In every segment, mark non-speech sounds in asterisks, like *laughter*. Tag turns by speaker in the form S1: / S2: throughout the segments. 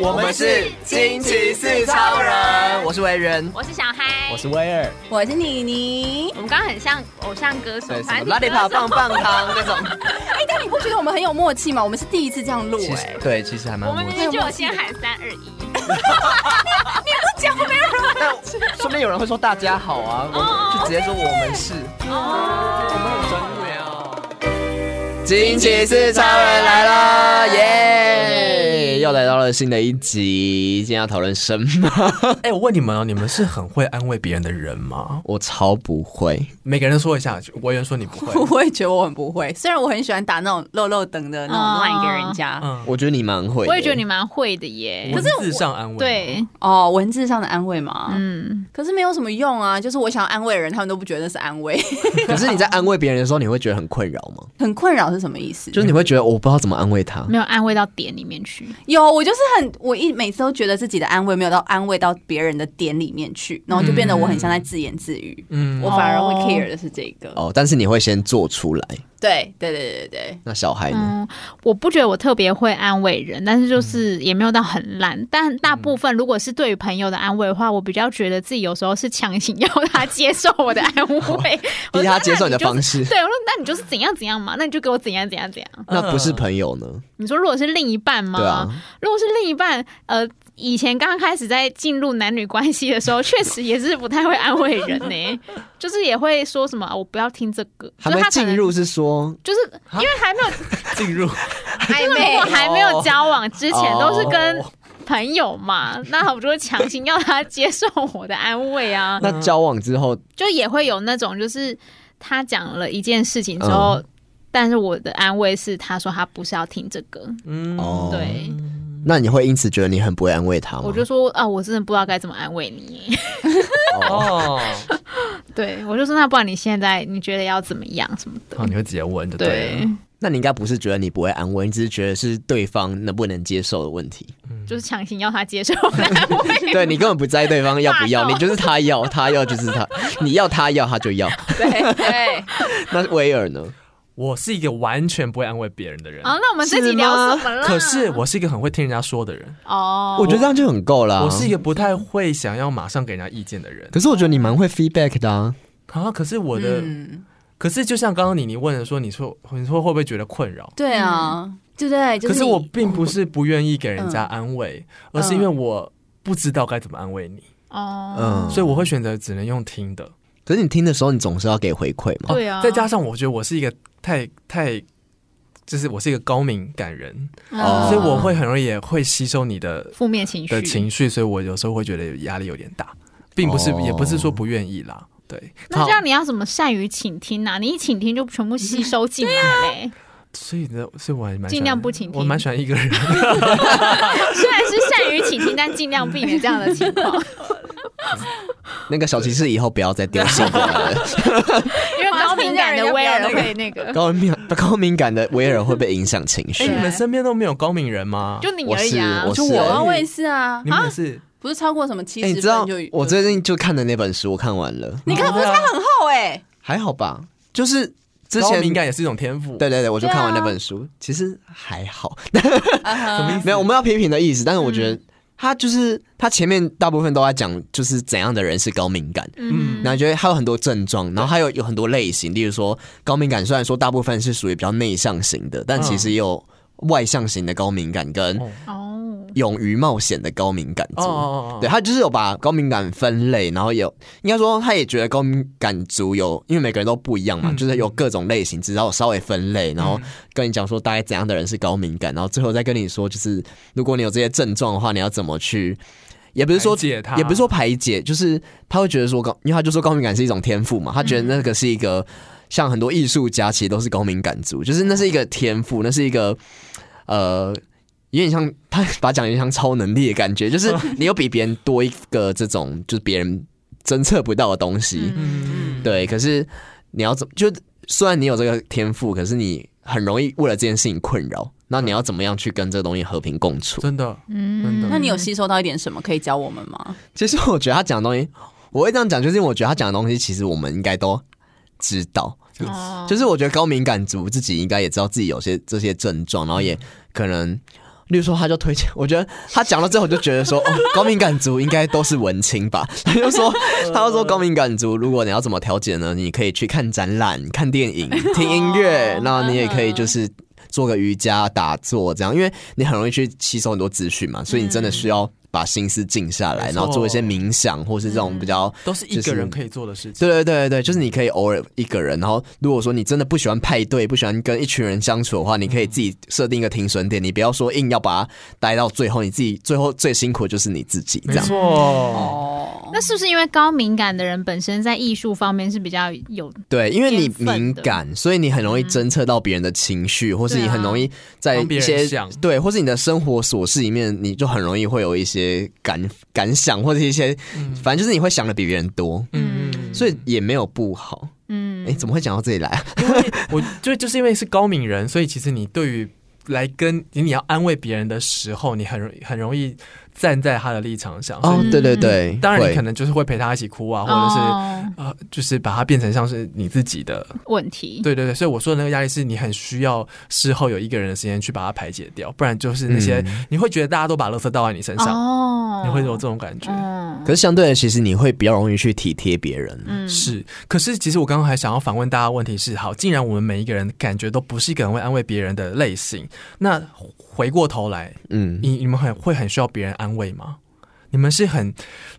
S1: 我
S2: 们是惊奇四超人，我是维人，
S3: 我是小嗨，
S1: 我是威尔，
S4: 我是妮妮。
S3: 我们刚刚很像偶像歌手，
S2: 对，什
S3: 团
S2: 么
S3: 体
S2: 拉力
S3: 歌手
S2: 跑棒棒糖那种，
S4: 哎、但你不觉得我们很有默契吗？我们是第一次这样录、
S2: 其
S4: 哎
S2: 实，对，其实还蛮
S3: 我们
S2: 默
S3: 明
S2: 契。
S3: 明就有先喊三二一，
S2: 但说不定有人会说大家好啊，我就直接说我们是，我们很专业哦。惊奇四超人来啦，耶！又来到了新的一集，今天要讨论什么？ *laughs*
S1: 哎、我问你们哦，你们是很会安慰别人的人吗？
S2: 我超不会，
S1: 每个人说一下，我也说你不
S4: *laughs*
S1: 会。
S4: 我也觉得我很不会，虽然我很喜欢打那种漏漏等的那种
S3: 哦
S4: 乱给人家。
S1: 嗯，
S2: 我觉得你蛮会，
S3: 我也觉得你。蛮会的耶。
S1: 文字上安慰，，
S3: 对，
S4: 哦，文字上的安慰嘛，
S3: 嗯，
S4: 可是没有什么用啊。就是我想要安慰的人，他们都不觉得是安慰， *laughs*
S2: 可是你在安慰别人的时候，你会觉得很困扰吗？
S4: 很困扰是什么意思？
S2: 就是你会觉得我不知道怎么安慰他。
S3: 没有安慰到点里面去。
S4: 有，我就是很，我一每次都觉得自己的安慰没有到安慰到别人的点里面去，然后就变得我很像在自言自语。
S1: 嗯
S4: 我，反而会
S3: 哦
S4: care 的是这个。
S2: 哦，但是你会先做出来。
S4: 对对对对对，
S2: 那小孩呢？
S3: 嗯，我不觉得我特别会安慰人，但
S2: 嗯
S3: 是就是也没有到很烂。但大部分如果是对于朋友的安慰的话，我比较觉得自己有时候是强行要他接受我的安
S2: *laughs*
S3: 慰，我
S2: 哦逼
S3: 说
S2: 他接受你的
S3: 那就
S2: 方式，
S3: 对，我说那你就是怎样怎样嘛，那你就给我怎样怎样怎样。
S2: *laughs* 那不是朋友呢？
S3: 你说如果是另一半吗？
S2: 对啊，
S3: 如果是另一半，呃，以前刚开始在进入男女关系的时
S2: *laughs*
S3: 候，确实也是不太会安慰人呢、就是也会说什么、啊我不要听这个，
S2: 还
S3: 就
S2: 没
S3: 是他可能嗯
S2: 进入啊是说
S3: 就是因为还没有
S1: *laughs* 进入
S3: 暧昧，我
S4: *laughs*
S3: 还没有交往之前
S2: 哦
S3: 都是跟朋
S2: *laughs*
S3: 友嘛，那我就会强行要他接受我的安慰啊，
S2: *laughs* 那交往之后，
S3: 就也会有那种就是他讲了一件事情之后，
S2: 嗯
S3: 但是我的安慰是他说他不是要听这个，
S1: 嗯
S2: 哦
S3: 对，
S2: 那你会因此觉得你很不会安慰他吗？
S3: 我就说啊，我真的不知道该怎么安慰你，
S2: 哦，
S1: *laughs* 哦，
S3: *laughs* 对我就说那不然你现在你觉得要怎么样什么的，
S1: 好，哦你会直接问就对啊
S3: 对
S1: 了。，
S2: 那你应该不是觉得你不会安慰，你只是觉得是对方能不能接受的问
S3: *laughs*
S2: 题。
S3: 就是强行要他接受我的安慰，
S2: 对你根本不在意对方要不要，
S3: *laughs* 霸道
S2: 你就是他要，他要就是他，你要他要他就要。 *laughs*
S4: 对对，
S2: 那威尔呢？
S1: 我是一个完全不会安慰别人的
S3: *laughs*
S1: 人，
S3: 好，那我们这集聊什么啦？
S1: 可是我是一个很会听人家说的人，
S3: 哦，
S2: 我觉得这样就很够了。
S1: 我是一，个不太会想要马上给人家意见的人
S2: 可是我觉得你蛮会 feedback 的啊。
S1: 啊。可是我的，
S4: 嗯，
S1: 可是就像刚刚你你问的说，你说你说会不会觉得困扰？
S4: 对啊，对不对？就
S1: 可是
S4: 你
S1: 我并不是不愿意给人家安慰，而是因为我不知道该怎么安慰你，
S3: 哦，
S2: 嗯，
S1: 所以我会选择只能用听的。
S2: 可是你听的时候，你总是要给回馈嘛。
S3: 对啊，
S1: 再加上我觉得我是一个太太，就是我是一个高敏感人，
S2: 哦
S1: 所以我会很容易也会吸收你的
S3: 负面情绪
S1: 的情绪，所以我有时候会觉得压力有点大，并不是、
S2: 哦
S1: 也不是说不愿意啦。对，
S3: 那这样你要怎么善于倾听啊？你一倾听就全部吸收进来嘞、
S1: 所以呢，所以我还蛮喜欢
S3: 尽量不倾听
S1: 我蛮喜欢一
S3: *laughs*
S1: 个人。
S3: 虽然是善于倾听，但尽量避免这样的情况，
S2: 那个小骑士以后不要再丢信过来
S1: *laughs*
S2: 了。
S3: 因为高敏感的威尔会
S2: *laughs*
S3: 那个，
S2: 高敏高敏感的威尔会被影响情
S1: 哎、
S2: 绪
S3: 对。
S1: 你们身边都没有高敏人吗？
S3: 就你而已啊。
S2: 我是
S4: 就我啊，
S2: 欸
S4: 我也是啊
S1: 你，们也是
S4: 不是超过什么七
S2: 哎、你
S4: 十
S2: 知道
S4: 分就
S2: 我最近就看的那本书，我看完了，
S4: 你看不是
S1: 对啊
S4: 他很厚哎，
S2: 还好吧？就是之
S1: 高
S2: 前
S1: 敏感也是一种天赋。
S2: 对对对，我就看完
S4: 对啊
S2: 那本书，其实还
S4: *laughs*
S2: 好，
S1: 啊
S4: 什
S2: 没有我们要批评的意思，但是我觉
S4: 嗯
S2: 得他就是他前面大部分都在讲，就是怎样的人是高敏感。
S3: 嗯，
S2: 然后觉得他有很多症状，然后还有有很多类型，例如说高敏感，虽然说大部分是属于比较内向型的，但其实
S4: 嗯
S2: 也有外向型的高敏感跟
S1: 哦
S3: 哦，
S2: 勇于冒险的高敏感
S1: 哦
S2: 族。
S1: 哦哦，
S2: 对他就是有把高敏感分类，然后有应该说他也觉得高敏感族有，因为每个人都不一样嘛，
S1: 嗯
S2: 就是有各种类型，只要稍微分类，然后跟你讲说大概怎样的人是高敏感，然后最后再跟你说，就是如果你有这些症状的话，你要怎么去。也不是说
S1: 排解它
S2: 也不是说排解，就是他会觉得说高，因为他就说高敏感是一种天赋
S1: 嗯
S2: 嘛，他觉得那个是一个、像很多艺术家其实都是高敏感族，就是那是一个天赋，那是一个呃，有点像他把它讲有点像超能力的感觉，就是你有比别人多一个这种，就是别人侦测不到的东西。
S1: 嗯，
S2: 对，可是你要怎么？就虽然你有这个天赋，可是你很容易为了这件事情困扰。那你要怎么样去跟这个东西和平共处？
S1: 真的，
S3: 嗯，
S4: 那你有吸收到一点什么可以教我们吗？
S2: 其实我觉得他讲的东西，我会这样讲，就是因为我觉得他讲的东西，其实我们应该都知道。
S3: 哦
S2: 就是我觉得高敏感族自己应该也知道自己有些这些症状，然后也可能例如说，他就推荐，我觉得他讲到最后，我就觉得
S1: *laughs*
S2: 说，哦，高敏感族应该都是文青吧？他就说，他就说高敏感族，如果你要怎么调节呢？你可以去看展览、看电影、听音
S1: *laughs*
S2: 乐，
S1: 哦
S2: 那你也可以就是做个瑜伽、打坐这样，因为你很容易去吸收很多资讯嘛，所以你真的需要把心思静下来，
S1: 没错
S2: 然后做一些冥想或是这种比较。
S1: 都是一
S2: 就
S1: 个
S2: 是
S1: 人可以做的事情。
S2: 对对对对对，就是你可以偶尔一个人，然后如果说你真的不喜欢派对，不喜欢跟一群人相处的话，你可以自己设定一个停损点，你不要说硬要把它待到最后，你
S1: *laughs*
S2: 自己最后最辛苦的就是你自己这
S1: 没
S2: 样。
S1: 错，
S4: 哦，
S3: 那是不是因为高敏感的人本身在艺术方面是比较有？
S2: 对，因为你
S3: 天分的
S2: 敏感，所以你很容易侦测到别人的情绪，或是你
S3: 对啊
S2: 很容易在
S1: 啊帮别
S2: 一
S1: 人
S2: 些
S1: 想
S2: 对，或是你的生活琐事里面，你就很容易会有一些感感想，或者一些，反正就是你会想的比别人多，
S1: 嗯，
S2: 所以也没有不好。
S3: 嗯
S2: 哎、，怎么会讲到这里来啊？
S1: 因为 *laughs* 我就就是因为是高敏人，所以其实你对于来跟你要安慰别人的时候，你很容很容易站在他的立场上。所以嗯
S2: 哦，对对对，
S1: 当然，
S2: 会
S1: 你可能就是会陪他一起哭啊，或者是、
S3: 哦
S1: 呃，就是把它变成像是你自己的。
S3: 问题，
S1: 对对对，所以我说的那个压力是你很需要事后有一个人的时间去把它排解掉，不然就是那些、你会觉得大家都把垃圾倒在你身上，
S3: 哦
S1: 你会有这种感觉。
S3: 嗯
S2: 可是相对的，其实你会比较容易去体贴别人。
S3: 嗯
S1: 是，可是其实我刚刚还想要反问大家的问题是：好，既然我们每一个人感觉都不是一个很会安慰别人的类型，那回过头来，
S2: 嗯，
S1: 你你们很会很需要别人安慰吗？你们是很，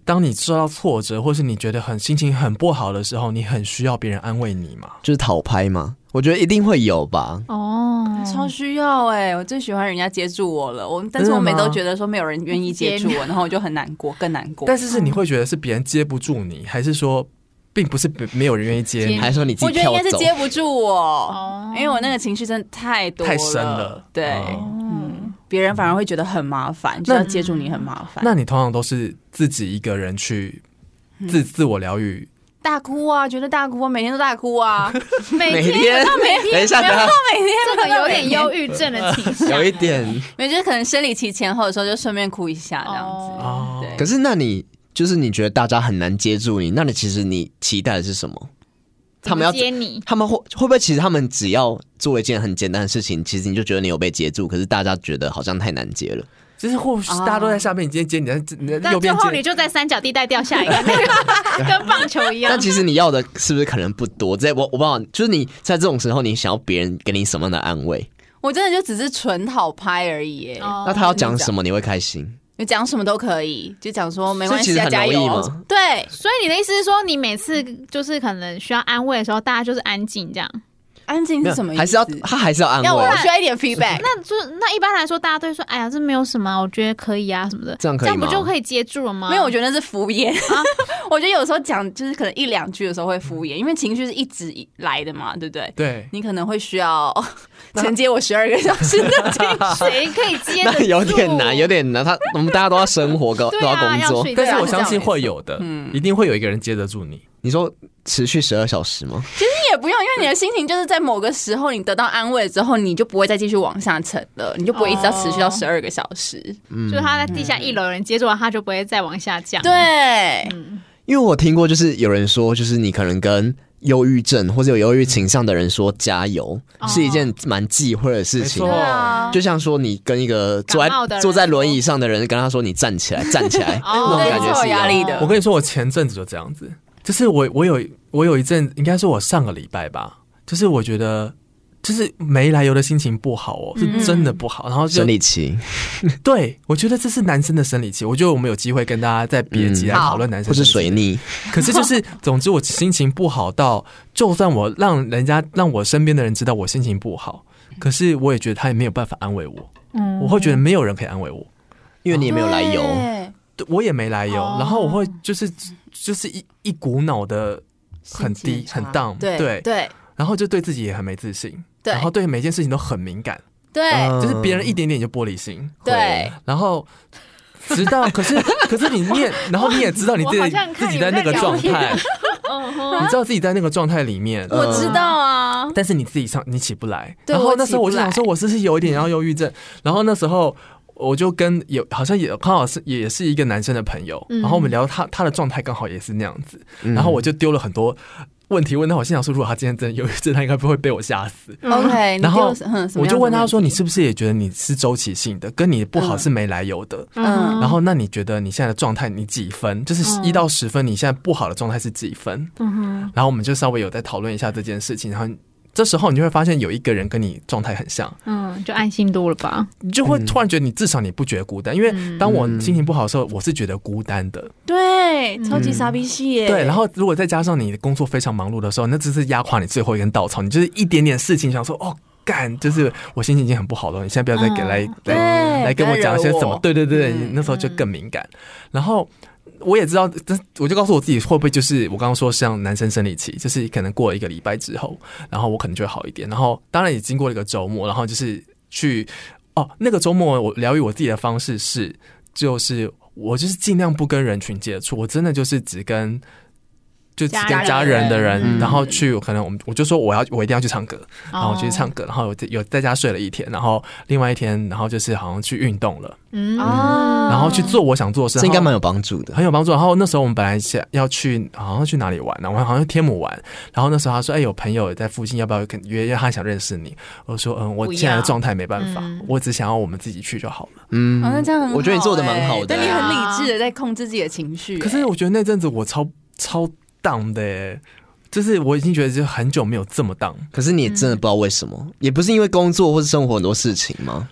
S1: 当你受到挫折，或是你觉得很心情很不好的时候，你很需要别人安慰你吗？
S2: 就是讨拍嘛，我觉得一定会有吧。
S3: 哦，
S4: 超需要哎、我最喜欢人家接住我了，我但是我
S1: 真
S4: 每
S1: 的吗
S4: 都觉得说没有人愿意接住我，然后我就很难过，更难过。
S1: 但是是你会觉得是别人接不住你，还是说，并不是没没有人愿意
S3: 接
S1: 接你？
S2: 还是说你自
S4: 我
S2: 己
S4: 觉得应
S2: 跳
S4: 该是
S2: 走？
S4: 接不住我，
S3: 哦
S4: 因为我那个情绪真的太多
S1: 太深了
S4: 对，
S1: 哦
S3: 嗯
S4: 别人反而会觉得很麻烦，就要接住你很麻烦。
S1: 那你通常都是自己一个人去自自我疗愈，
S4: 大哭啊，觉得大哭啊，每天都大哭
S1: *laughs*
S4: 啊，
S3: 每
S4: *laughs*
S2: 每
S3: 天
S2: 天，等一下，等一下，
S4: 每天
S3: 这个有点忧郁症的啊倾向，
S2: 有一点。
S4: 没有，就是可能生理期前后的时候就顺便哭一下这样子。
S1: 哦
S3: 哦，
S4: 对，
S2: 可是那你就是你觉得大家很难接住你，那你其实你期待的是什么？他们要
S3: 怎么接你，
S2: 他们会会不会其实他们只要做一件很简单的事情，其实你就觉得你有被接住，可是大家觉得好像太难接了。
S1: 就是或许大家都在下面，你今天接你在这你在
S3: 哦但
S1: 右
S3: 最
S1: 边
S3: 后你
S1: 接，
S3: 就在三角地带掉下一个，
S1: *laughs*
S3: 那个跟棒球一样
S2: 但。其实你要的是不是可能不多？在我我不知道，就是你在这种时候，你想要别人给你什么样的安慰？
S4: 我真的就只是纯讨拍而已耶，
S3: 哦
S2: 那他要讲什么你会开心？
S4: 就讲什么都可以，就讲说没关
S2: 所以
S4: 系
S2: 其
S4: 啊，
S2: 实
S4: 加
S2: 很容易
S4: 油
S2: 嘛。
S4: 对
S3: 所以你的意思是说，你每次就是可能需要安慰的时候，大家就是安静这样？
S4: 安静
S2: 没
S4: 是
S2: 有
S4: 什么意思？
S2: 还是要他还是要安
S4: 要我
S2: 慰？
S4: 需要一点
S3: *laughs*
S4: feedback。
S3: 那就那一般来说，大家都会说：“哎呀，这没有什么啊，我觉得可以啊，什么的。”
S2: 这样可以
S3: 这
S2: 吗
S3: 样不就可以接住了吗？
S4: 没有，我觉得那是敷衍。 *laughs* 我觉得有时候讲就是可能一两句的时候会敷衍，因为情绪是一直以来的嘛，对不对？
S1: 对，
S4: 你可能会需要呃承接我十二个小时的情绪。
S3: 谁可以接
S2: *laughs*
S3: 得
S2: 那
S3: 住？
S2: 有点难，有点难。他我们大家都要生活，都
S3: 对
S2: 都要
S3: 啊，
S2: 工
S3: 要
S2: 作。
S3: 睡觉
S1: 但是我相信
S4: 这样
S1: 会有的，
S3: 嗯
S1: 一定会有一个人接得住你。
S2: 你说持续十二小时吗？
S4: 你也不用，因为你的心情就是在某个时候你得到安慰之后，你就不会再继续往下沉了，你就不会一直要持续到十二个小时。
S3: 就是他在地下一楼有人接住了，他就不会再往下降。哦
S4: 嗯对，
S1: 嗯
S2: 因为我听过，就是有人说，就是你可能跟忧郁症或者有忧郁倾向的人说加油，
S3: 哦
S2: 是一件蛮忌讳的事
S1: 没
S2: 情
S1: 错。，
S2: 就像说你跟一个坐
S3: 感冒的
S2: 在
S3: 人
S2: 坐在轮椅上的人，跟他说你站起来，站起来，那
S3: 哦
S2: 种感觉
S4: 对
S2: 是一样
S4: 有压力哎的
S1: 我跟你说，我前阵子就这样子，就是我我有我有一阵，应该说我上个礼拜吧，就是我觉得就是没来由的心情不好哦，
S3: 嗯
S1: 是真的不好，然后就
S2: 生理期，
S1: 对我觉得这是男生的生理期，我觉得我们有机会跟大家在别
S2: 嗯
S1: 集来讨论男
S2: 或
S1: 生
S2: 是
S1: 生
S2: 水
S1: 理期
S2: 逆，
S1: 可是就是，总之我心情不好到，就算我让人家让我身边的人知道我心情不好，可是我也觉得他也没有办法安慰我，
S3: 嗯
S1: 我会觉得没有人可以安慰我，
S2: 因为你也没有来由。
S4: 对
S1: 对我也没来由，
S3: 哦
S1: 然后我会就是就是一一股脑的很低
S4: 心情
S1: 很
S4: 差
S1: down，
S4: 对
S1: 对
S4: 对
S1: 然后就对自己也很没自信，
S4: 对
S1: 然后对每件事情都很敏感，
S4: 对
S2: 嗯
S1: 就是别人一点点就玻璃心，
S4: 对，
S1: 然后。直到，可是可是你念，然后你也知道你自
S3: 我
S1: 己
S3: 好像看
S1: 自己
S3: 你
S1: 在
S3: 们
S1: 那
S3: 在
S1: 个
S3: 聊
S1: 状
S3: 天
S1: 态，
S3: 嗯
S1: 你
S3: 哼，
S1: 知道自己在那个状态里面，
S4: 我知道啊， *laughs*
S1: 但是你自己上你起不来。
S4: 对
S1: 然后那时候
S4: 我
S1: 我
S4: 起
S1: 就
S4: 不来
S1: 想说，我是不是有一点要忧郁症？然后那时候我就跟有好像也刚好是也是一个男生的朋友，
S3: 嗯
S1: 然后我们聊他他的状态刚好也是那样子，
S2: 嗯
S1: 然后我就丢了很多。问题问到我，心想说，如果他今天真的忧郁症，他应该不会被我吓死。
S2: 嗯
S4: 嗯 OK，
S1: 然后
S4: 嗯，
S1: 我就问他说：“你是不是也觉得你是周期性的，跟你不好是没来由的？
S4: 嗯
S1: 然后那你觉得你现在的状态你几分？就是
S3: 嗯
S1: 一到十分，你现在不好的状态是几分？
S3: 嗯哼，
S1: 然后我们就稍微有在讨论一下这件事情，然后。这时候你就会发现有一个人跟你状态很像，
S3: 嗯，就安心多了吧？
S1: 你就会突然觉得你至少你不觉得孤单，因为当我
S2: 嗯
S1: 心情不好的时候，我是觉得孤单的。
S4: 对，超级
S2: 嗯
S4: 傻逼戏耶，
S1: 对，然后如果再加上你的工作非常忙碌的时候，那只是压垮你最后一根稻草，你就是一点点事情想说哦。干，就是我心情已经很不好了，你现在不要再给
S3: 嗯
S1: 来、
S4: 对
S1: 来来跟我讲一些什
S4: 不要惹
S1: 么
S4: 我，
S1: 对对对，对
S4: 嗯
S1: 那时候就更敏感。然后我也知道，但是我就告诉我自己，会不会就是我刚刚说像男生生理期，就是可能过了一个礼拜之后，然后我可能就会好一点。然后当然也经过了一个周末，然后就是去哦，那个周末我疗愈我自己的方式是，就是我就是尽量不跟人群接触，我真的就是只跟。就只
S3: 家
S1: 跟家人的
S4: 人
S1: 人，
S2: 嗯
S1: 然后去可能我们我就说我要我一定要去唱歌，然后我就去
S3: 哦
S1: 唱，歌，然后我就有在家睡了一天，然后另外一天，然后就是好像去运动了，
S3: 嗯
S4: 哦
S1: 然后去做我想做的事，
S2: 这应该
S1: 然后
S2: 蛮有帮助的。
S1: 很有帮助。然后那时候我们本来想要去，好像去哪里玩啊呢、我们好像去天母玩。然后那时候他说：“哎、有朋友在附近，要不要跟约？因为他想认识你。”我说：“嗯，我
S3: 不要
S1: 现在的状态没办法，
S3: 嗯
S1: 我只想要我们自己去就好了。
S2: 嗯
S4: 哦，那这样很好
S2: 我觉得你做的蛮好
S4: 欸
S2: 的，
S4: 但你很理智的在控制自己的情绪。欸
S1: 可是我觉得那阵子我超超荡的、欸，就是我已经觉得就很久没有这么荡，
S2: 可是你也真的不
S4: 嗯
S2: 知道为什么，也不是因为工作或是生活很多事情吗？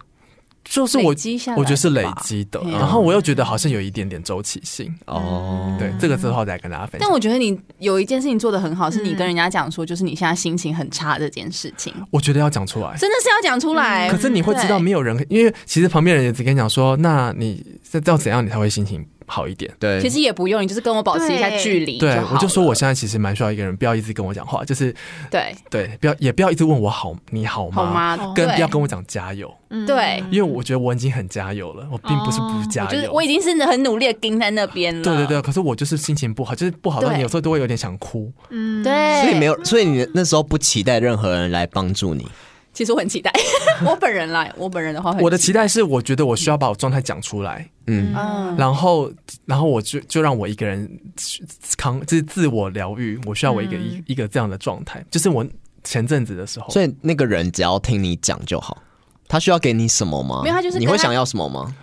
S1: 就是我
S4: 累积下来
S1: 我觉得是累
S4: 吧
S1: 积的。
S4: 嗯
S1: 然后我又觉得好像有一点点周期性。
S2: 哦，
S1: 对，这个之后再跟大家分
S4: 但
S1: 享。
S4: 我觉得你有一件事情做的很好，是你
S3: 嗯
S4: 跟人家讲说，就是你现在心情很差这件事情，
S1: 我觉得要讲出来。
S4: 真的是要讲出来。
S1: 哎可是你会知道
S4: 对
S1: 没有人，因为其实旁边人也只跟你讲说，那你要怎样你才会心情好一点？
S2: 对，
S4: 其实也不用，你就是跟我保持一下距离。
S1: 对，我就说我
S4: 想
S1: 现在其实蛮需要一个人，不要一直跟我讲话，就是
S4: 对，
S1: 对，不要也不要一直问我好你好吗？
S4: 好吗
S3: 哦？
S1: 跟
S4: 对
S1: 不要跟我讲加油，
S3: 嗯
S4: 对
S1: 因为我觉得我已经很加油了，我并不是不
S4: 嗯我
S1: 加
S4: 就是
S1: 油。
S4: 我已经是很努力的盯在那边了。
S1: 对对对，可是我就是心情不好，就是不好到
S4: 对
S1: 你有时候都会有点想哭。
S3: 嗯，
S4: 对，
S2: 所以没。有，所以你那时候不期待任何人来帮助你。
S4: 其实我很期待，我本人啦，我本人的话，
S1: 我的期
S4: 待，
S1: 待是，我觉得我需要把我状态讲出来，
S2: 嗯，
S4: 嗯，
S1: 然后然后我就就让我一个人去扛，就是自我疗愈，我需要我一个一、
S3: 嗯
S1: 一个这样的状态，就是我前阵子的时候，
S2: 所以那个人只要听你讲就好。他需要给你什么吗？
S4: 没有他就是
S2: 你
S4: 跟
S2: 会
S4: 他
S2: 想要什么吗？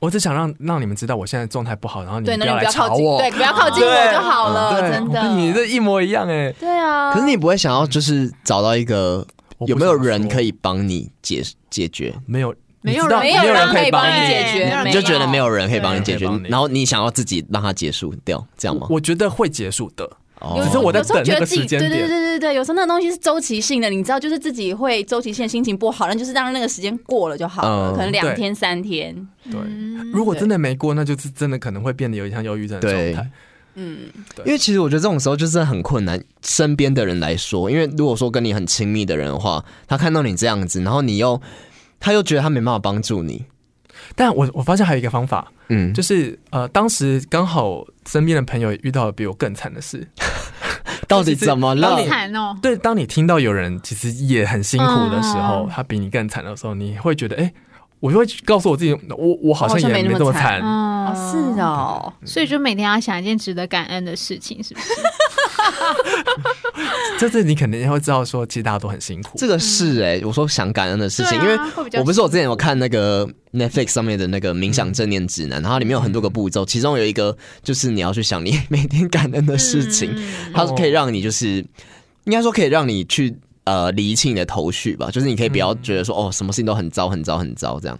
S1: 我只想让让你们知道我现在状态不好，然后你
S4: 对，
S1: 们
S4: 那
S1: 不
S4: 你
S1: 要
S4: 不
S1: 来
S4: 要靠
S1: 吵
S4: 近，
S1: 我。
S4: 对，不要靠近
S1: 对
S4: 我就好了，
S1: 对，
S4: 真
S1: 我跟你
S4: 的。
S1: 这一模一样哎、
S4: 对啊，
S2: 可是你不会想要，就是找到一个
S1: 我不
S2: 有没有人
S1: 想说
S2: 可以帮你解解决？
S1: 没有
S3: 没有
S1: 你知道
S3: 人
S1: 没
S4: 没有
S1: 人
S4: 人
S1: 可
S4: 可以
S1: 以
S4: 帮
S1: 你
S4: 你解决
S3: 没有人
S2: 你就觉得没有人可以帮你
S1: 对
S2: 解
S1: 没
S2: 决
S1: 有人可以帮，你
S2: 然后你想要自己让它结束掉，这样吗？
S1: 我觉得会结束的，
S2: 哦
S4: 有
S1: 只是我在
S4: 有时候
S1: 等
S4: 觉
S1: 那
S4: 得
S1: 个
S4: 自己
S1: 时间
S4: 对对
S1: 点
S4: 对对对，有时候那个东西是周期性的，你知道，就是自己会周期性心情不好，那就是让那个时间过了就好了，
S2: 嗯
S4: 可能两
S1: 对
S4: 天三天。
S1: 对。
S3: 嗯
S1: 如果
S4: 嗯对
S1: 真的没过，那就是真的可能会变得有一像忧郁症的
S2: 对
S1: 状态。
S4: 嗯，
S2: 因为其实我觉得这种时候就是很困难，身边的人来说，因为如果说跟你很亲密的人的话，他看到你这样子，然后你又他又觉得他没办法帮助你，
S1: 但我我发现还有一个方法，
S2: 嗯，
S1: 就
S2: 就是
S1: 呃，当时刚好身边的朋友遇到了比我更惨的事，
S2: 到底怎么
S1: 当
S2: 了
S3: 好
S1: 你？
S3: 惨哦，
S1: 对，当你听到有人其实也很辛苦的时候，
S3: 嗯
S1: 他比你更惨的时候，你会觉得，哎、我就会告诉我自己，我我好像
S4: 好像
S1: 也
S4: 没那么
S1: 这么
S4: 惨
S1: 惨。
S3: 哦
S4: 哦，是，哦，
S3: 所以就每天要想一件值得感恩的事情，是不是？
S1: 就是你肯定会知道说，其实大家都很辛苦。
S2: 这个是哎、我说想感恩的事情，因
S3: 对啊
S2: 为
S3: 会比较
S2: 我不是我之前有看那个 Netflix 上面的那个冥想正念指南，然后它里面有很多个步骤，其中有一个就是你要去想你每天感恩的事情，
S3: 嗯
S2: 它可以让你就是应该说可以让你去呃理清你的头绪吧，就是你可以不要
S3: 嗯
S2: 觉得说、哦什么事情都很糟很糟很糟这样，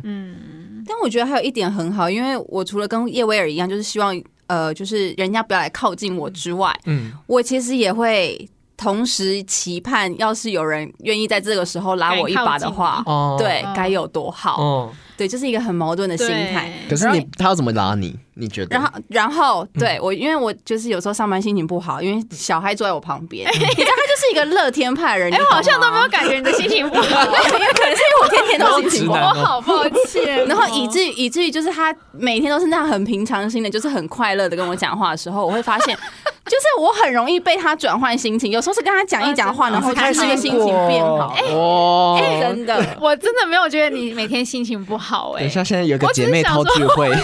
S4: 但我觉得还有一点很好，因为我除了跟叶威尔一样，就是希望呃，就是人家不要来靠近我之外，
S1: 嗯，
S4: 我其实也会同时期盼，要是有人愿意在这个时候拉我一把的话
S3: 敢靠近。
S1: 哦，
S4: 对
S3: 哦，
S4: 该有多好！
S1: 哦，
S4: 对，就是一个很矛
S3: 嗯
S4: 盾的心态。
S2: 可
S3: 对
S2: 是你他要怎么拉你？你觉得？
S4: 然后，然后对我，因为我就是有时候上班心情不好，因为小孩坐在我旁边，
S3: *laughs*
S4: 你知道他就是一个乐天派的人，
S3: 哎，
S4: 你
S3: 我
S4: 懂
S3: 好像都没有
S4: *laughs* 吗，
S3: 感觉你的心情不
S2: *laughs*
S3: 好，
S4: 因为可能是因为我天天都心情不
S1: 直
S4: 好
S1: 男。
S3: *laughs* 我好抱歉哦。
S4: *laughs* 然后以至于以至于就是他每天都是那样很平常心的，就是很快乐的跟我讲话的时候，我会
S3: *laughs*
S4: 发现，就是我很容易被他转换心情。有时候是跟他讲一讲话，
S3: 啊真
S4: 然
S3: 的
S4: 后他那个心情变好，哎，
S2: 哦，
S4: 真的。
S3: 我真的没有觉得你每天心情不好哎、
S2: 等一下，现在有个
S3: 我只
S2: 姐
S3: 是
S2: 妹
S3: 想
S2: 淘
S3: 说
S2: 聚会，
S3: 我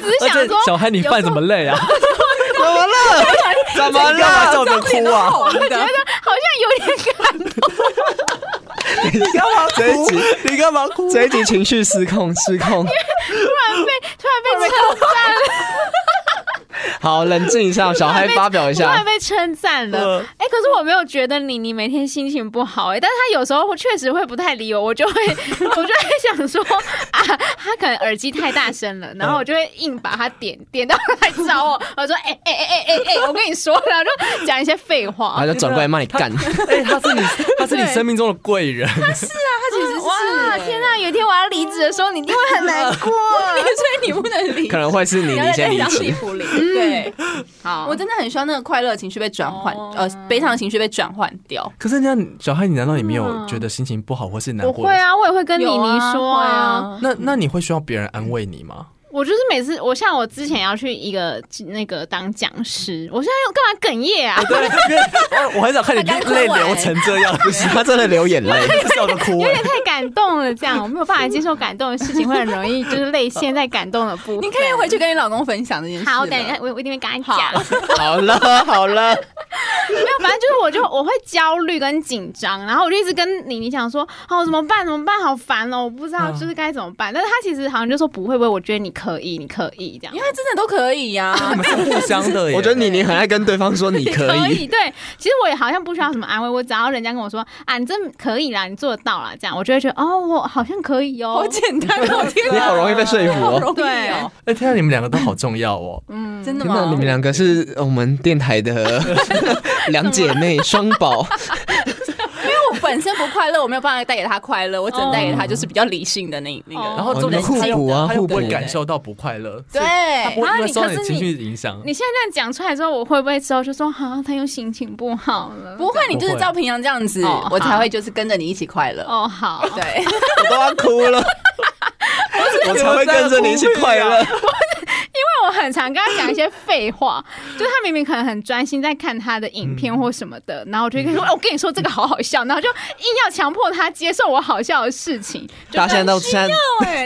S3: 只是
S1: 而
S3: 想
S1: 且
S3: 说，
S1: 小孩你犯什么累啊？
S2: 怎么了？ *laughs* 怎么了？干嘛笑
S4: *laughs*
S2: 着
S3: *laughs*
S2: 哭啊？
S3: 好像有点感动。
S2: 你干 *laughs* 嘛哭？你干嘛哭？这一集情绪失控，失控。
S3: 突然被称赞了，
S2: 好，冷静一下，小孩发表一
S3: 突然
S2: 下。
S3: 被称赞了。
S2: 嗯
S3: 哎、可是我没有觉得你，你每天心情不好哎、但是他有时候确实会不太理我，我就会，我就会想说啊，他可能耳机太大声了，然后我就会硬把他点点到来找我，我说哎哎哎哎哎哎，我跟你说，然后就讲一些废话
S2: 然后。就转过来骂你干，
S1: 哎、他是你，他是你
S3: 对
S1: 生命中的贵人。
S4: 他其实
S3: 哇，天哪！有一天我要离职的时候，你一定会很难过。 *laughs*
S4: 所以你不能理
S2: 可能会是你，
S4: 你
S2: 你先离
S4: 地
S2: 职。
S4: 府里。
S3: 嗯
S4: 对，
S3: 好，
S4: 我真的很需要那个快乐的情绪被转换
S3: 哦，
S4: 呃，悲伤的情绪被转换掉。
S1: 可是那样，小孩，你难道你没有觉得心情不好或是难
S3: 我
S1: 过？
S3: 会。啊，我也会跟妮
S4: 有
S3: 妮
S4: 啊
S3: 说
S4: 会
S3: 啊。
S4: 啊，
S1: 那那你会需要别人安慰你
S2: *laughs*
S1: 吗？
S3: 我就是每次，我像我之前要去一个那个当讲师，我现在又干嘛哽咽啊？
S1: 对，因为我很少看你
S4: 他刚哭
S1: 泪
S4: 完
S1: 流成这样，
S2: 不是，他真的流眼泪。
S1: 笑着哭、
S3: 有
S1: 哎
S3: 点太感动了，这样我没有办法接受感动的事情，会很容易就是泪腺在感动的部分。
S4: *laughs* 你可以回去跟你老公分享这件事。
S3: 好，等一下，我我一定会跟他讲。
S4: 好
S2: 好了，好了，
S3: 没有，反正就是我就我会焦虑跟紧张，然后我就一直跟妮妮讲说，哦怎么办怎么办，好烦哦，我不知道
S1: 嗯
S3: 就是该怎么办。但是他其实好像就说不会不会，我觉得你可以，你可以这样
S4: 因。 *laughs* 为真的都可
S3: *laughs*
S4: 以呀、
S1: *laughs* 你们是互相的耶。
S2: 我觉得你你很爱跟对方说你可
S3: 可
S2: 以，
S3: 以， *laughs* 对，其实我也好像不需要什么安慰，我只要人家跟我说啊，你真可以啦，你做得到啦，这样我就会觉得哦，我好像可以哦，
S4: 好简单，我天 *laughs*
S2: 你
S4: 哪，
S2: 好容易被说服
S4: 好
S2: 哦。
S4: 容易哦，
S1: 哎、天啊，你们两个都好重要哦。
S4: 真的
S2: 天哪，
S4: 吗
S2: 你？们两个是我们电台 *laughs* 的两姐妹双宝，
S4: 因为我本身不快乐，我没有办法带给他快乐，我只能带给他就是比较理性的那那
S3: 哦
S4: 个。
S1: 然后重点是
S2: 哦你们
S1: 他又
S2: 互补啊
S1: 他又不
S2: 互
S1: 会
S2: 补
S1: 感受到不快乐，
S4: 对
S1: 所以他不会
S3: 啊
S1: 因为
S3: 你
S1: 受到
S3: 可
S1: 你
S3: 是
S1: 情
S3: 你
S1: 绪影响。
S3: 你现在这样讲出来之后，我会不会之后就说啊，他又心情不好了？
S4: 不会，你就是照平常这样子
S3: 哦，
S4: 我才
S3: 好
S4: 会就是跟着你一起快乐。
S3: 哦，好，
S4: 对，
S2: *laughs* 我都要哭了。我才会跟着你一起快乐。
S3: 因为我很常跟他讲一些
S2: *laughs*
S3: 废话，就是他明明可能很专心在看他的影片或什么
S2: 嗯
S3: 的，然后我就会跟他说，哎我跟你说这个好好笑，然后就硬要强迫他接受我好笑的事情，
S2: *laughs*
S3: 就
S2: 大家现在都现在，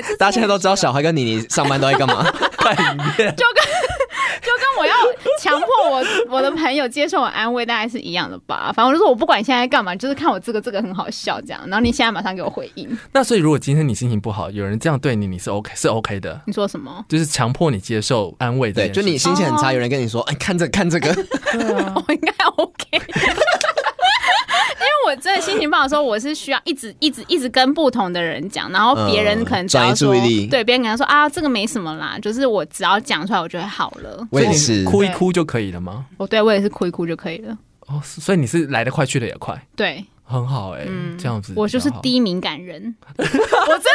S4: 对，
S2: 大家现在都知道小孩跟妮妮上班都在干嘛。
S3: *laughs* 就跟就跟我要强迫我 *laughs* 我的朋友接受我安慰，大概是一样的吧。反正我就说我不管现在干嘛，就是看我这个这个很好笑这样。然后你现在马上给我回应，
S1: 那所以如果今天你心情不好，有人这样对你，你是 OK 是 OK 的，
S3: 你说什么？
S1: 就是强迫你接受安慰这
S2: 对，
S1: 件
S2: 就你
S1: 事
S2: 心情很
S3: 哦
S2: 差，有人跟你说，哎，看这个看
S3: *laughs*
S2: 这个，
S3: 我哦应该 OK。因为我真的心情不好的时候，我是需要一直一直一直跟不同的人讲，然后别人可能只要
S2: 嗯转
S3: 说
S2: 移注意力
S3: 对别人可能说啊，这个没什么啦，就是我只要讲出来，我觉得好了。
S2: 我也是。
S3: 啊
S1: 哭一哭就可以了吗？
S3: 我对我也是哭一哭就可以了。
S1: 哦，是所以你是来得快去得也快，
S3: 对
S1: 很好哎、
S3: 嗯
S1: 这样子
S3: 我就是
S1: 比较好。
S3: 低敏感人，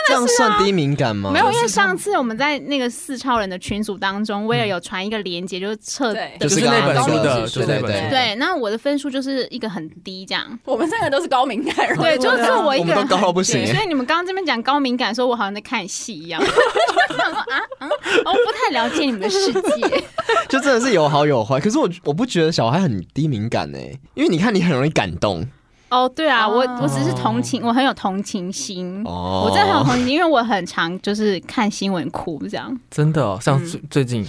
S2: 这样算低敏感吗？
S3: 没有，因为上次我们在那个四超人的群组当中，威尔有传一个链接，就是测
S4: 对，
S2: 就是
S1: 那
S2: 刚
S1: 本
S2: 刚
S1: 书
S2: 那
S1: 的，
S2: 个
S1: 就是
S2: 对
S1: 那本
S2: 对
S1: 书的。
S3: 对，那我的分数就是一个很低这样。
S4: 我们三个都是高敏感人，
S3: 对，就是我一个人
S2: 我们都高到不
S3: 很低
S2: 行
S3: 所以你们刚刚这边讲高敏感，说我好像在看戏一样， *laughs* 我想说啊啊，我不太了解你们的世界。
S2: *laughs* 就真的是有好有坏。可是我我不觉得小孩很低敏感呢、因为你看你很容易感动
S3: *laughs* 哦，对啊，我
S4: 哦
S3: 我只是同情，我很有同情心。
S2: 哦。
S3: 嗯我真的很有同情心，因为我很常就是看新闻哭这样，
S1: 真的、哦，像最最近，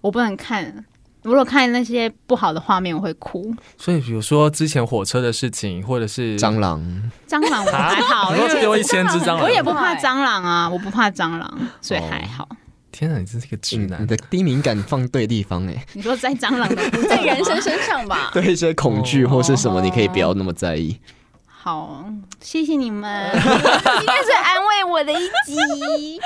S3: 我不能看。如果看那些不好的画面，我会哭。
S1: 所以比如说之前火车的事情，或者是
S2: 蟑螂，
S3: 蟑螂我还好，
S1: *laughs* 你
S3: 因
S1: 说
S3: 为
S1: 丢一啊千只
S2: 啊
S1: 蟑螂，
S3: 我也不怕蟑螂啊，我不怕蟑螂，所以还好。
S1: 天啊，你真是个直
S2: 嗯
S1: 男
S2: 你。的低敏感放对地方哎、
S3: 你说在蟑螂的部分吗
S4: 在人生身上
S2: *laughs*
S4: 吧。
S2: 对一些恐
S1: 哦
S2: 惧或是什么，你可以不要那么在意。
S3: 好，谢谢你
S1: *laughs*
S3: 们，今天是安慰我的一集。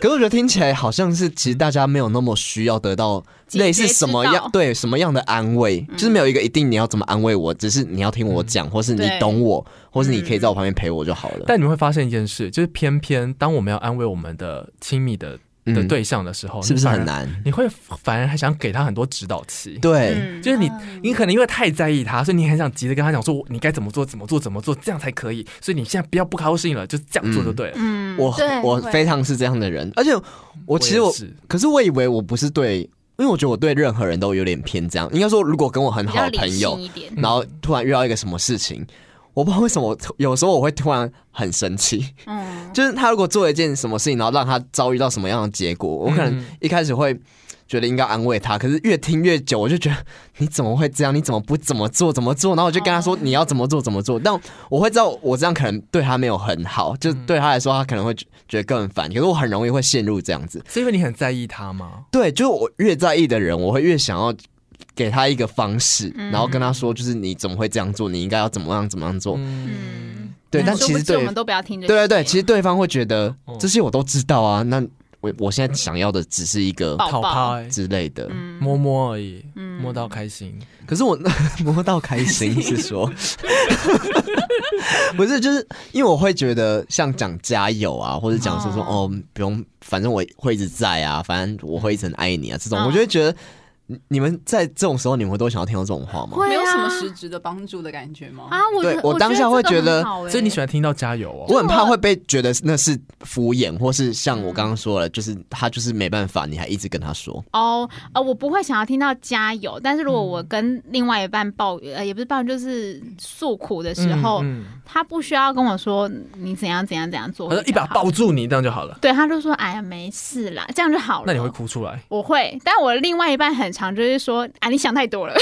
S2: 可是我觉得听起来好像是，其实大家没有那么需要得到
S3: 解决
S2: 类似什么
S3: 之
S2: 样
S3: 道
S2: 对什么样的安慰，就是没有一个一定你要怎么安慰我，只是你要听我讲，或是你
S3: 对
S2: 懂我，或是你可以在我旁边陪我就好了。
S1: 但你们会发现一件事，就是偏偏当我们要安慰我们的亲密的的
S2: 嗯
S1: 对象的时候，
S2: 是不是
S1: 你反而
S2: 很？难？
S1: 你会反而还想给他很多指导期，
S2: 对，
S3: 嗯，
S1: 就是你，你可能因为太在意他，所以你很想急着跟他讲说，我你该怎么做，怎么做，怎么做，这样才可以。所以你现在不要不高兴了，就这样做就对了。
S3: 嗯，
S2: 我
S4: 对
S2: 我
S4: 会
S2: 非常是这样的人，而且我其实我
S1: 也是
S2: 可是我以为我不是对，因为我觉得我对任何人都有点偏这样。应该说，如果跟我很
S3: 比
S2: 好
S3: 较
S2: 的
S3: 理
S2: 朋
S3: 性
S2: 友，
S3: 一点。
S2: 然后突然遇到一个什么事情，我不知道为什么，有时候我会突然很生气。
S3: 嗯，
S2: 就是他如果做一件什么事情，然后让他遭遇到什么样的结果，我可能一开始会觉得应该安慰他，可是越听越久，我就觉得你怎么会这样？你怎么不怎么做怎么做？然后我就跟他说你要怎么做怎么做，但我会知道我这样可能对他没有很好，就对他来说他可能会觉觉得更烦，可是我很容易会陷入这样子。
S1: 是因为你很在意他吗？
S2: 对，就是我越在意的人，我会越想要给他一个方式，然后跟他说，就是你怎么会这样做？你应该要怎么样怎么样做？
S1: 嗯，
S2: 对，但
S3: 殊
S2: 其
S3: 不
S2: 实
S3: 知我
S2: 对
S3: 们都不要听这
S2: 对
S3: 些
S2: 对对，其实对方会觉得
S1: 哦
S3: 嗯
S2: 这些我都知道啊，那我我现在想要的只是一个
S3: 抱嗯
S1: 讨
S3: 抱
S1: 拍、欸，
S2: 之类的，
S3: 嗯
S1: 摸摸而已，摸到开心。
S2: 可
S3: *laughs*
S2: 是我摸到开心是说， *laughs* 不是就是因为我会觉得像讲加油啊，或者讲说说
S3: 嗯
S2: 哦不用，反正我会一直在啊，反正我会一直很爱你啊，这种
S3: 嗯
S2: 我就会觉得。你你们在这种时候，你们都想要听到这种话吗？
S3: 会
S4: 没有什么
S3: 啊
S4: 实质的帮助的感觉吗？
S3: 啊，我
S2: 对
S3: 觉得
S2: 我当下会觉得
S3: 欸
S1: 所以你喜欢听到加油哦？
S2: 我很怕会被觉得那是敷衍，或是像
S3: 嗯
S2: 我刚刚说了，就是他就是没办法，你还一直跟他说。
S3: 哦呃，我不会想要听到加油，但是如果我
S1: 嗯
S3: 跟另外一半抱怨，呃，也不是抱怨，就是诉苦的时候，
S1: 嗯嗯
S3: 他不需要跟我说你怎样怎样怎样做，
S1: 他说一把抱，住你，这样就好了。
S3: 对，他就说哎呀没事啦，这样就好了。
S1: 那你会？哭出来？
S3: 我会，但我另外一半很常就是说啊，你想太多了。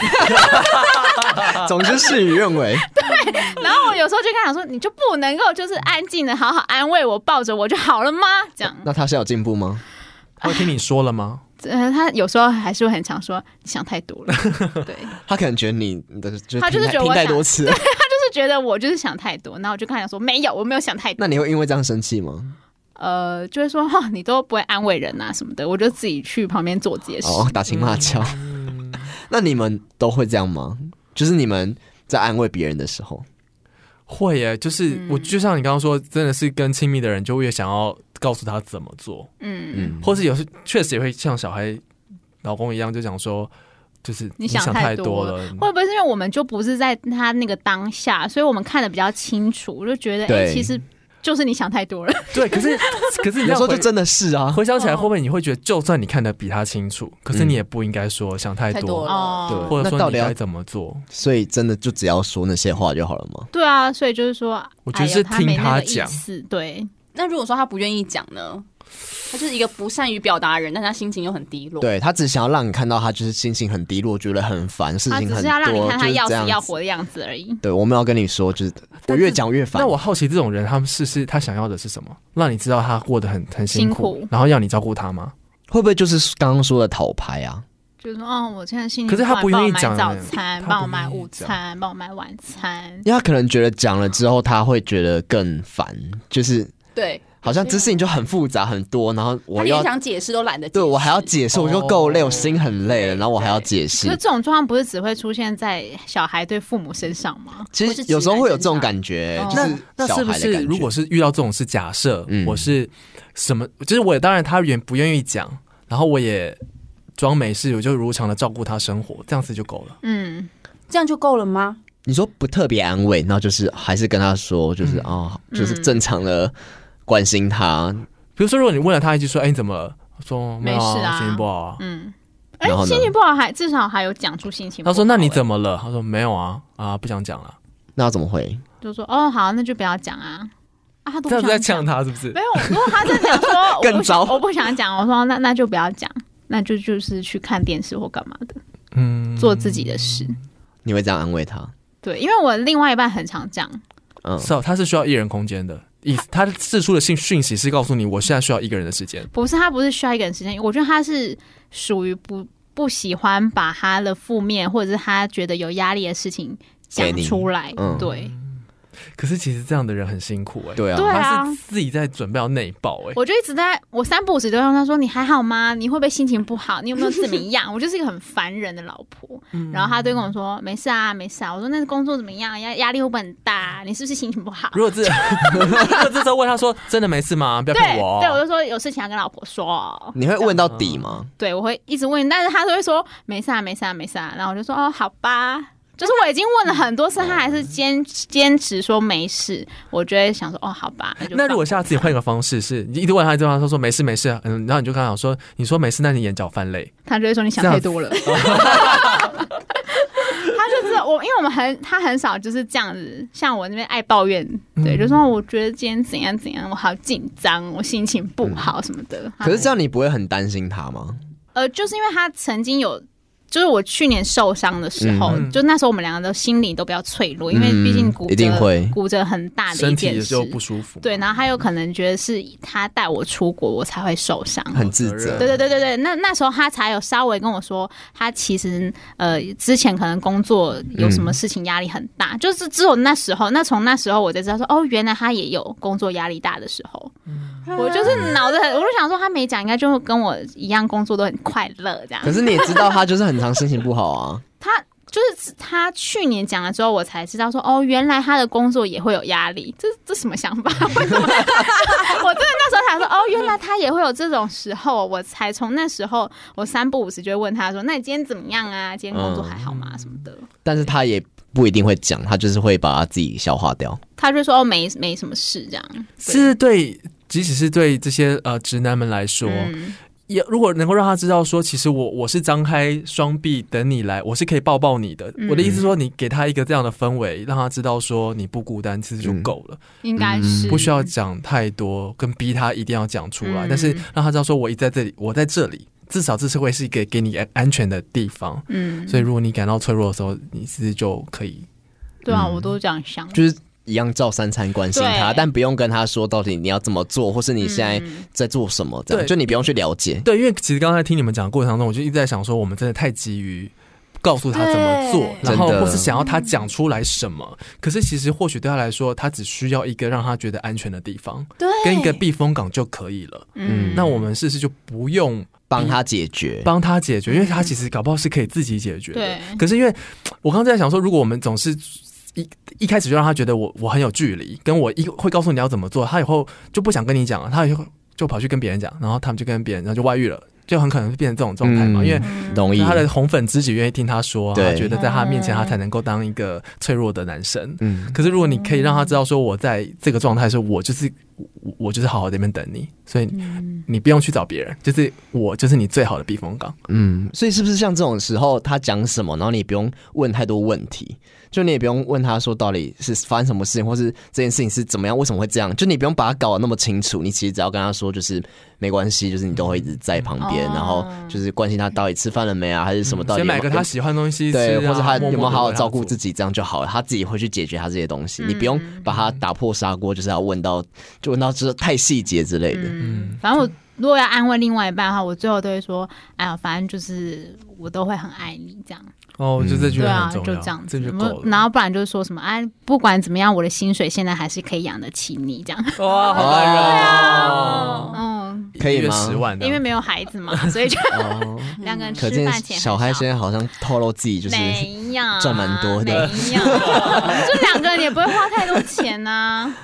S3: 啊
S2: 总之事与愿违。
S3: *laughs* 然后我有时候就跟他讲说，你就不能够就是安静的好好安慰我，抱着我就好了吗？这样，
S2: 嗯那他现在有进步吗？
S1: 他会听你说了吗？
S3: 呃，他有时候还是会很常说你想太多了，
S2: *laughs*
S4: 对，
S2: 他可能觉得你的就
S3: 他就是
S2: 听太
S3: 觉得我
S2: 听太
S3: 想
S2: 多次了，
S3: 就是觉得我就是想太多。然后我就跟他讲说，没有，我没有想太多
S2: *laughs* 那。你会因为这样生气吗？
S3: 呃，就会说哈、你都不会安慰人啊什么的，我就自己去旁边做解释。
S2: 哦，打情骂俏。
S1: 嗯
S2: 那你们都会这样吗？就是你们在安慰别人的时候，
S1: *laughs* 会耶，就是我就像你刚刚说，真的是跟亲密的人，就越想要告诉他怎么做，
S3: 嗯，
S2: 嗯，
S1: 或是有时确实也会像小孩老公一样，就讲说，就是
S3: 你想
S1: 想太
S3: 太
S1: 多
S3: 多
S1: 了。
S3: *laughs* 会不会是因为我们就不是在他那个当下，所以我们看的比较清楚，我就觉得哎、
S2: 对
S3: 其实就是你想太多了。
S1: 对，可是可是
S2: 有时
S1: 你要
S2: 候就
S1: 回
S2: 真的是啊，
S1: 回想起来，后面你会觉得，就算你看得比他清楚，可是
S2: 嗯
S1: 你也不应该说想太
S4: 太多
S1: 多，
S4: 了
S3: 哦，
S1: 或者
S2: 那到
S1: 说
S2: 底
S1: 你
S2: 要
S1: 该怎么做。
S2: 所以真的就只要说那些话就好了吗？
S3: 对啊，所以就是说，
S1: 我觉得是
S3: 哎呀他没
S1: 听
S3: 那
S1: 他
S3: 个意
S1: 讲
S3: 思对，
S4: 那如果说他不愿意讲呢？他就是一个不善于表达的人，但他心情又很低落。
S2: 对他只想要让你看到他就是心情很低落，觉得很烦，事
S3: 他
S2: 情
S3: 只
S2: 很
S3: 是要让你
S2: 多，
S3: 看
S2: 就
S3: 他
S2: 是
S3: 要
S2: 这
S3: 死要
S2: 样子。
S3: 活的样子而已。
S2: 对，我们要跟你说，就是我越讲越烦。
S1: 那我好奇，这种人他们是是他想要的是什么？让你知道他过得很很辛
S3: 辛苦
S1: 然后要你照顾他吗？
S2: 会不会就是刚刚说的讨牌啊？
S3: 就是说，哦，我现在心情
S1: 可是他不
S3: 不好
S1: 愿意
S3: 帮我
S1: 讲
S3: 买
S1: 哎
S3: 早餐，
S1: 他
S3: 帮我
S1: 不
S3: 买
S1: 愿意
S3: 午
S1: 讲
S3: 餐，帮我买晚餐。
S2: 因为他可能觉得讲了之后，他会觉得更烦，就是
S4: 对，
S2: 好像这事情就很复杂很多，然后
S4: 他
S2: 我
S4: 连
S2: 要
S4: 想解释都懒得解释。
S2: 对我还要解释，我就够累，我心很累了，然后我还要解
S3: 可是
S2: 释。
S3: 这种状况不是只会出现在小孩对父母身上吗？
S2: 其实有时候会有这种感觉，
S4: 或
S2: 就是
S4: 直
S2: 是
S4: 男
S1: 那
S2: 小
S1: 是不
S2: 孩的感
S1: 是
S2: 觉
S1: 如果是遇到这种事，假设
S2: 嗯
S1: 我是什么，就是我也当然他愿不愿意讲，然后我也装没事，我就如常的照顾他生活，这样子就够
S2: *laughs*
S1: 了。
S3: 嗯，
S4: 这样就够了吗？
S2: 你说不特别安慰，那就是还是跟他说，就是
S1: 嗯
S2: 哦，就是正常的关心他，
S1: 比如说，如果你问了他一句说：“哎，你怎么了？”我说
S3: 没
S1: 有
S3: 事啊
S1: 心情不好啊。
S3: 嗯，哎
S2: 然后，呢
S3: 心情不好还至少还有讲出心情不好。
S1: 他说：“那你
S3: 么
S1: 怎么了？”他说：“没有啊，啊，不想讲了。
S2: 那要怎么回？
S3: 就说哦好，那就不要讲啊啊，他”都
S1: 这样
S3: 不
S1: 子在
S3: 想
S1: 呛
S3: 讲。
S1: 他是不是
S3: 没？有，如果他在讲
S1: *laughs*
S3: 说
S2: 更糟
S3: 我不想我不想讲，我说那那就不要讲，那就就是去看电视或干嘛的，*laughs*
S1: 嗯，
S3: 做自己的事。
S2: 你会这样安慰他？
S3: 对，因为我另外一半很常讲，
S2: 嗯，
S1: 是哦，他是需要一人空间的。意思他释出的信讯息是告诉你，我现在需要一个人的时间。
S3: 不是他不是需要一个人时间，我觉得他是属于不不喜欢把他的负面或者是他觉得有压力的事情
S2: 给
S3: 讲
S2: 你
S3: 出来。
S2: 嗯
S3: 对，
S1: 可是其实这样的人很辛苦哎、
S2: 对啊，
S3: 对啊
S1: 他是自己在准备要内爆哎、
S3: 我就一直在我三不五时都问他说：“你还好吗？你会不会心情不好？你有没有怎么样？”我就是一个很烦人的老婆。然后他就跟我说：“没事啊，没事啊。”我说：“那工作怎么样？压压力会不会很大啊？你是不是心情不好？”
S1: 如果这 *laughs* 如果这时候问他说真的没事吗？不要
S3: 对
S1: 骗我、
S3: 对，我
S1: 哦。
S3: 就说有事情要跟老婆说哦。
S2: 你会问到底吗？
S3: 对，我会一直问，但是他都会说没事啊，没事啊，没事啊。然后我就说哦，好吧。就是我已经问了很多次，他还是坚坚持说没事，我就会想说哦，好吧。就
S1: 那如
S3: 放
S1: 果下次你换一个方式是，你一直问他，一直问他说说没事没事，嗯，然后你就跟他讲说，你说没事，那你眼角泛
S3: *laughs*
S1: 泪，
S3: 他就会说你想
S1: 这样
S3: 太多了。他就是我，因为我们很他很少就是这样子，像我那边爱抱怨，对，
S1: 嗯
S3: 就说我觉得今天怎样怎样，我好紧张，我心情不好什么的。
S2: 可是这样你不会很担心他吗？
S3: 呃，就是因为他曾经有。就是我去年受伤的时候，
S1: 嗯
S3: 就那时候我们两个都心理都比较脆弱，因为
S2: 嗯
S3: 毕竟骨折
S2: 一定会
S3: 骨折很大的一
S1: 身体
S3: 件
S1: 也
S3: 事
S1: 就，不舒服。
S3: 对，然后他有可能觉得是他带我出国，我才会受伤。
S2: 很自哦责
S1: 责。
S3: 对对对对对，那那时候他才有稍微跟我说，他其实呃之前可能工作有什么事情压力很大，就是只有那时候，那从那时候我才知道说，哦，原来他也有工作压力大的时候。我就是脑子很，我就想说他没讲，应该就跟我一样工作都很快乐这样
S2: 可。是你也知道，他就是很常心情不好啊。
S3: 他就是他去年讲了之后，我才知道说，哦，原来他的工作也会有压力，这这什么想法？ *laughs* 为什么我真的那时候才说，哦，原来他也会有这种时候，我才从那时候我三不五时就会问他说，那你今天怎么样啊？今天工作还好吗？什么
S1: 嗯
S3: 的。
S2: 但是他也不一定会讲，他就是会把他自己消化掉。
S3: 他就说哦，没没什么事这样，
S1: 是对，即使是对这些呃直男们来说，
S3: 嗯，
S1: 也如果能够让他知道说，其实我我是张开双臂等你来，我是可以抱抱你的。
S3: 嗯
S1: 我的意思说，你给他一个这样的氛围，让他知道说你不孤单，其实就够了，
S3: 应该是、
S1: 不需要讲太多，跟逼他一定要讲出
S3: 嗯
S1: 来，但是让他知道说我一在这里，我在这里，至少这是会是一个给你安安全的地方。
S3: 嗯，
S1: 所以，如果你感到脆弱的时候，你其实就可以
S3: 对
S1: 嗯
S3: 啊，我都这样想，
S2: 就是一样照三餐关心他，
S3: 对
S2: 但不用跟他说到底你要怎么做，或是你现在
S3: 嗯
S2: 在做什么，这样
S1: 对
S2: 就你不用去了解。
S1: 对，因为其实刚才听你们讲的过程当中，我就一直在想说，我们真的太急于告诉他怎么做，
S2: 对
S1: 然后
S2: 真的
S1: 或是想要他讲出来什么。可是其实或许对他来说，他只需要一个让他觉得安全的地方，
S4: 对，
S1: 跟一个避风港就可以了。
S3: 嗯
S1: 那我们是不是就不用
S2: 帮他解嗯决，
S1: 帮他解决？因为他其实搞不好是可以自己解决的。
S3: 对
S1: 可是因为我刚刚在想说，如果我们总是。一一开始就让他觉得我我很有距离，跟我一会告诉你要怎么做，他以后就不想跟你讲了，他以后就跑去跟别人讲，然后他们就跟别人，然后就外遇了，就很可能变成这种状态嘛。
S2: 嗯
S1: 因为
S2: 容易
S1: 他的红粉知己愿意听他说、啊，
S2: 对
S1: 觉得在他面前他才能够当一个脆弱的男生。
S2: 嗯，
S1: 可是如果你可以让他知道说，我在这个状态的时候，我就是我我就是好好在那边等你，所以
S3: 嗯
S1: 你不用去找别人，就是我就是你最好的避风港。
S2: 嗯，所以是不是像这种时候，他讲什么，然后你不用问太多问题，就你也不用问他说到底是发生什么事情，或是这件事情是怎么样，为什么会这样，就你不用把它搞得那么清楚，你其实只要跟他说，就是没关系，就是你都会一直在旁边，
S3: 哦
S2: 然后就是关心他到底吃饭了没啊，还是什么到底
S1: 嗯先
S2: 有没有
S1: 买个他喜欢的东西吃、啊，
S2: 对，或者他有没有好好照顾自
S1: 己？
S2: 己，这样就好了。他自己会去解决他这些东西，
S3: 嗯
S2: 你不用把他打破砂锅，就是要问到就问到就是太细节之类的。
S3: 嗯，反正我如果要安慰另外一半的话，我最后都会说，哎呀，反正就是我都会很爱你这样，
S1: 哦，就这句
S3: 对
S1: 话
S3: 啊，
S1: 很重
S3: 就
S1: 要，
S3: 这样
S1: 这
S3: 子
S1: 就。
S3: 我
S1: 够了。
S3: 然后不然就是说什么，哎，不管怎么样，我的薪水现在还是可以养得起你这样。
S1: 哇，好感人
S3: *laughs*
S1: 哦！
S3: 嗯，
S2: 可以
S1: 一个月
S2: 吗
S1: 十万啊的，
S3: 因为没有孩
S2: *laughs*
S3: 子嘛，所以就
S2: 哦，
S3: 两个人
S2: 可
S3: 吃
S2: 见
S3: 饭钱很
S2: 小孩
S3: 少
S2: 现在好像透露自己就是
S3: 没有
S2: 赚蛮多的
S3: 没
S2: *laughs*
S3: 有，就两个人也不会花太多钱啊
S2: *laughs*
S3: 呐。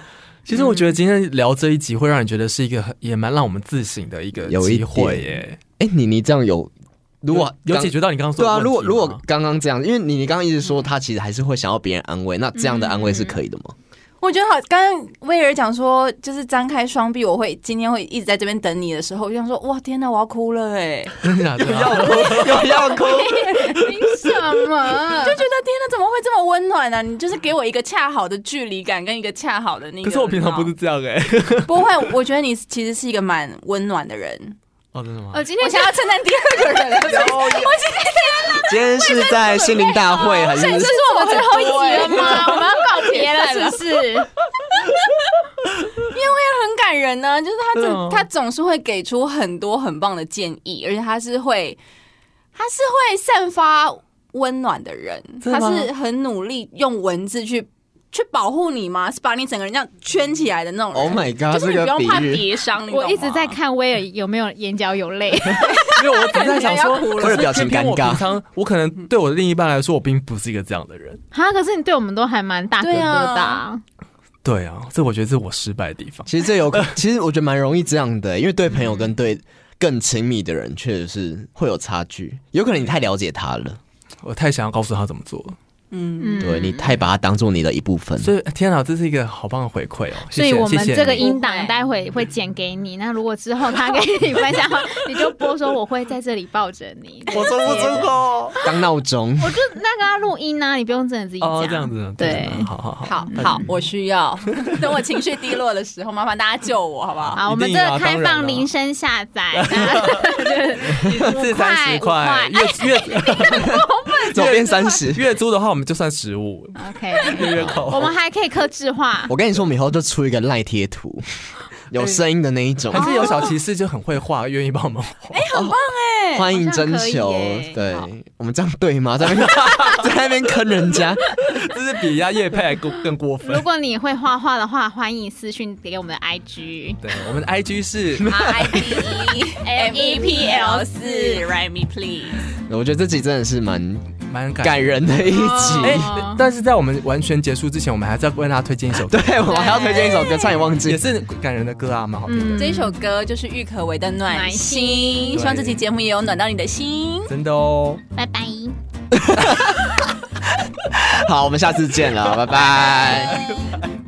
S1: 其实我觉得今天聊这一集，会让你觉得是一个很也蛮让我们自省的一个
S2: 有一
S1: 机会
S2: 点
S1: 耶。
S2: 哎，你你这样有如果
S1: 有有
S2: 刚
S1: 解决到你刚刚说
S2: 对
S1: 的
S2: 啊，
S1: 问
S2: 如果
S1: 题
S2: 如
S1: 吗
S2: 果
S1: *laughs*
S2: 刚刚这样，因为你你刚刚一直说他其实还是会想要别人安慰，那这样的安慰是可以的吗？
S4: 我觉得好，刚刚威尔讲说，就是张开双臂，我会今天会一直在这边等你的时候，我就想说，哇，天哪，我要哭了哎！
S1: 真的假的啊？
S2: 又要哭，
S3: 凭什么
S2: *laughs*
S4: 就？觉得天哪，怎么会这么温暖呢、你就是给我一个恰好的距离感，跟一个恰好的那个。
S1: 可是我平常不是这样哎、
S3: 欸
S4: 不会，我觉得你其实是一个蛮温暖的人。
S1: *laughs* 哦，真的 *laughs* 吗？
S3: 我今天
S4: 我想要称赞第二个人
S1: *laughs*
S4: 了，我
S2: 今天是在心灵大会还是
S4: 这是
S3: 我们最后一集了吗？我们要告
S2: *laughs*
S3: 别了，是不是？
S4: 很感人呢、就是他
S1: 对
S4: 这、
S1: 啊
S4: 他总是会给出很多很棒的建议，而且他是会他是会散发温暖的人，
S1: 真
S4: 他
S1: 的吗
S4: 是很努力用文字去去保护你吗？是把你整个人这样圈起来的那种人。
S2: ？Oh my god，
S4: 就
S2: 这
S4: 是你不
S2: 个
S4: 用
S2: 比
S4: 怕
S2: 喻
S4: 跌伤，你懂
S3: 我
S4: 吗
S3: 一直在。看威尔有没有眼角有
S2: *laughs*
S3: 泪，
S1: 因为我只在想说，
S2: 或者表情
S1: 偏偏我
S2: 尴尬
S1: 平常我可能对我的另一半来说，我并不是一个这样的人。
S3: 哈，可是你对我们都还蛮大哥哥
S4: 对啊
S3: 的啊，
S1: 对啊，这我觉得是我失败的地方。
S2: 其实这有，
S1: *laughs*
S2: 其实我觉得蛮容易这样的、因为对朋友
S1: 嗯
S2: 跟对更亲密的人，确实是会有差距。有可能你太了解他了，
S1: 我太想要告诉他怎么做了。
S3: 嗯，
S4: 嗯，
S2: 对你太把它当做你的一部分。
S1: 所以天哪，这是一个好棒的回馈哦！谢
S3: 所
S1: 谢
S3: 以我们
S1: 谢谢
S3: 这个
S1: 你
S3: 音档待会会剪给你。那如果之后他给你分
S1: *laughs*
S3: 享的话，你就播说我会在这里抱着你。
S1: 我做不出口
S2: 当闹
S1: *laughs*
S2: 钟，
S3: 我就那个啊录音啊，你不用真的自己讲。
S1: 哦，这样子，
S3: 对
S1: 好好好，
S4: 好
S2: 嗯
S4: 好，我需要 *laughs* 等我情绪低落的时候，麻烦大家救我好不好？
S3: 好，我们
S1: 一
S3: 这
S1: 定
S3: 个
S1: 啊
S3: 开
S1: 当然
S3: 放
S1: 啊
S3: 铃声下载，五
S1: 是三十块，
S3: 五
S1: 月月。
S3: *laughs*
S2: 走边三十
S1: 月租的话，我们就算十五，
S3: *laughs* OK，
S1: 月扣。
S3: 我们还可以克制化。
S2: 我跟你说，我们以后就出一个赖贴图，
S1: *laughs*
S2: 有声音的那一种
S1: *laughs* 还，是有小骑士就很会画，愿意帮我们画。
S2: 欢迎征
S3: 好像可以
S2: 求
S3: 耶。
S2: 对
S3: 好
S2: 我们这样对
S1: *laughs*
S2: 吗？在那边在那边坑人家，
S1: *laughs* 这是比压叶配还更更过
S3: 如
S1: 分。
S3: 果你会画画的话，欢迎私讯给我们的 IG。
S1: 对，我们的 IG 是
S4: R I D E M E P L 四，Write me please。
S2: 我觉得这集真的是蛮
S1: 蛮感
S2: 感人的一
S1: 哎
S2: 集。，
S1: 但是在我们完全结束之前，我们还是要为大家推荐一首歌，
S2: 对，我还要推荐一首歌，差点忘
S1: 哎
S2: 记。
S1: 也是感人的歌啊，蛮好听的。
S3: 嗯，
S4: 这一首歌就是郁可唯的《暖心》，希望这期节目也有暖到你的心。
S1: 真的哦，
S3: 拜拜。
S2: 好，我们下次见了，拜拜。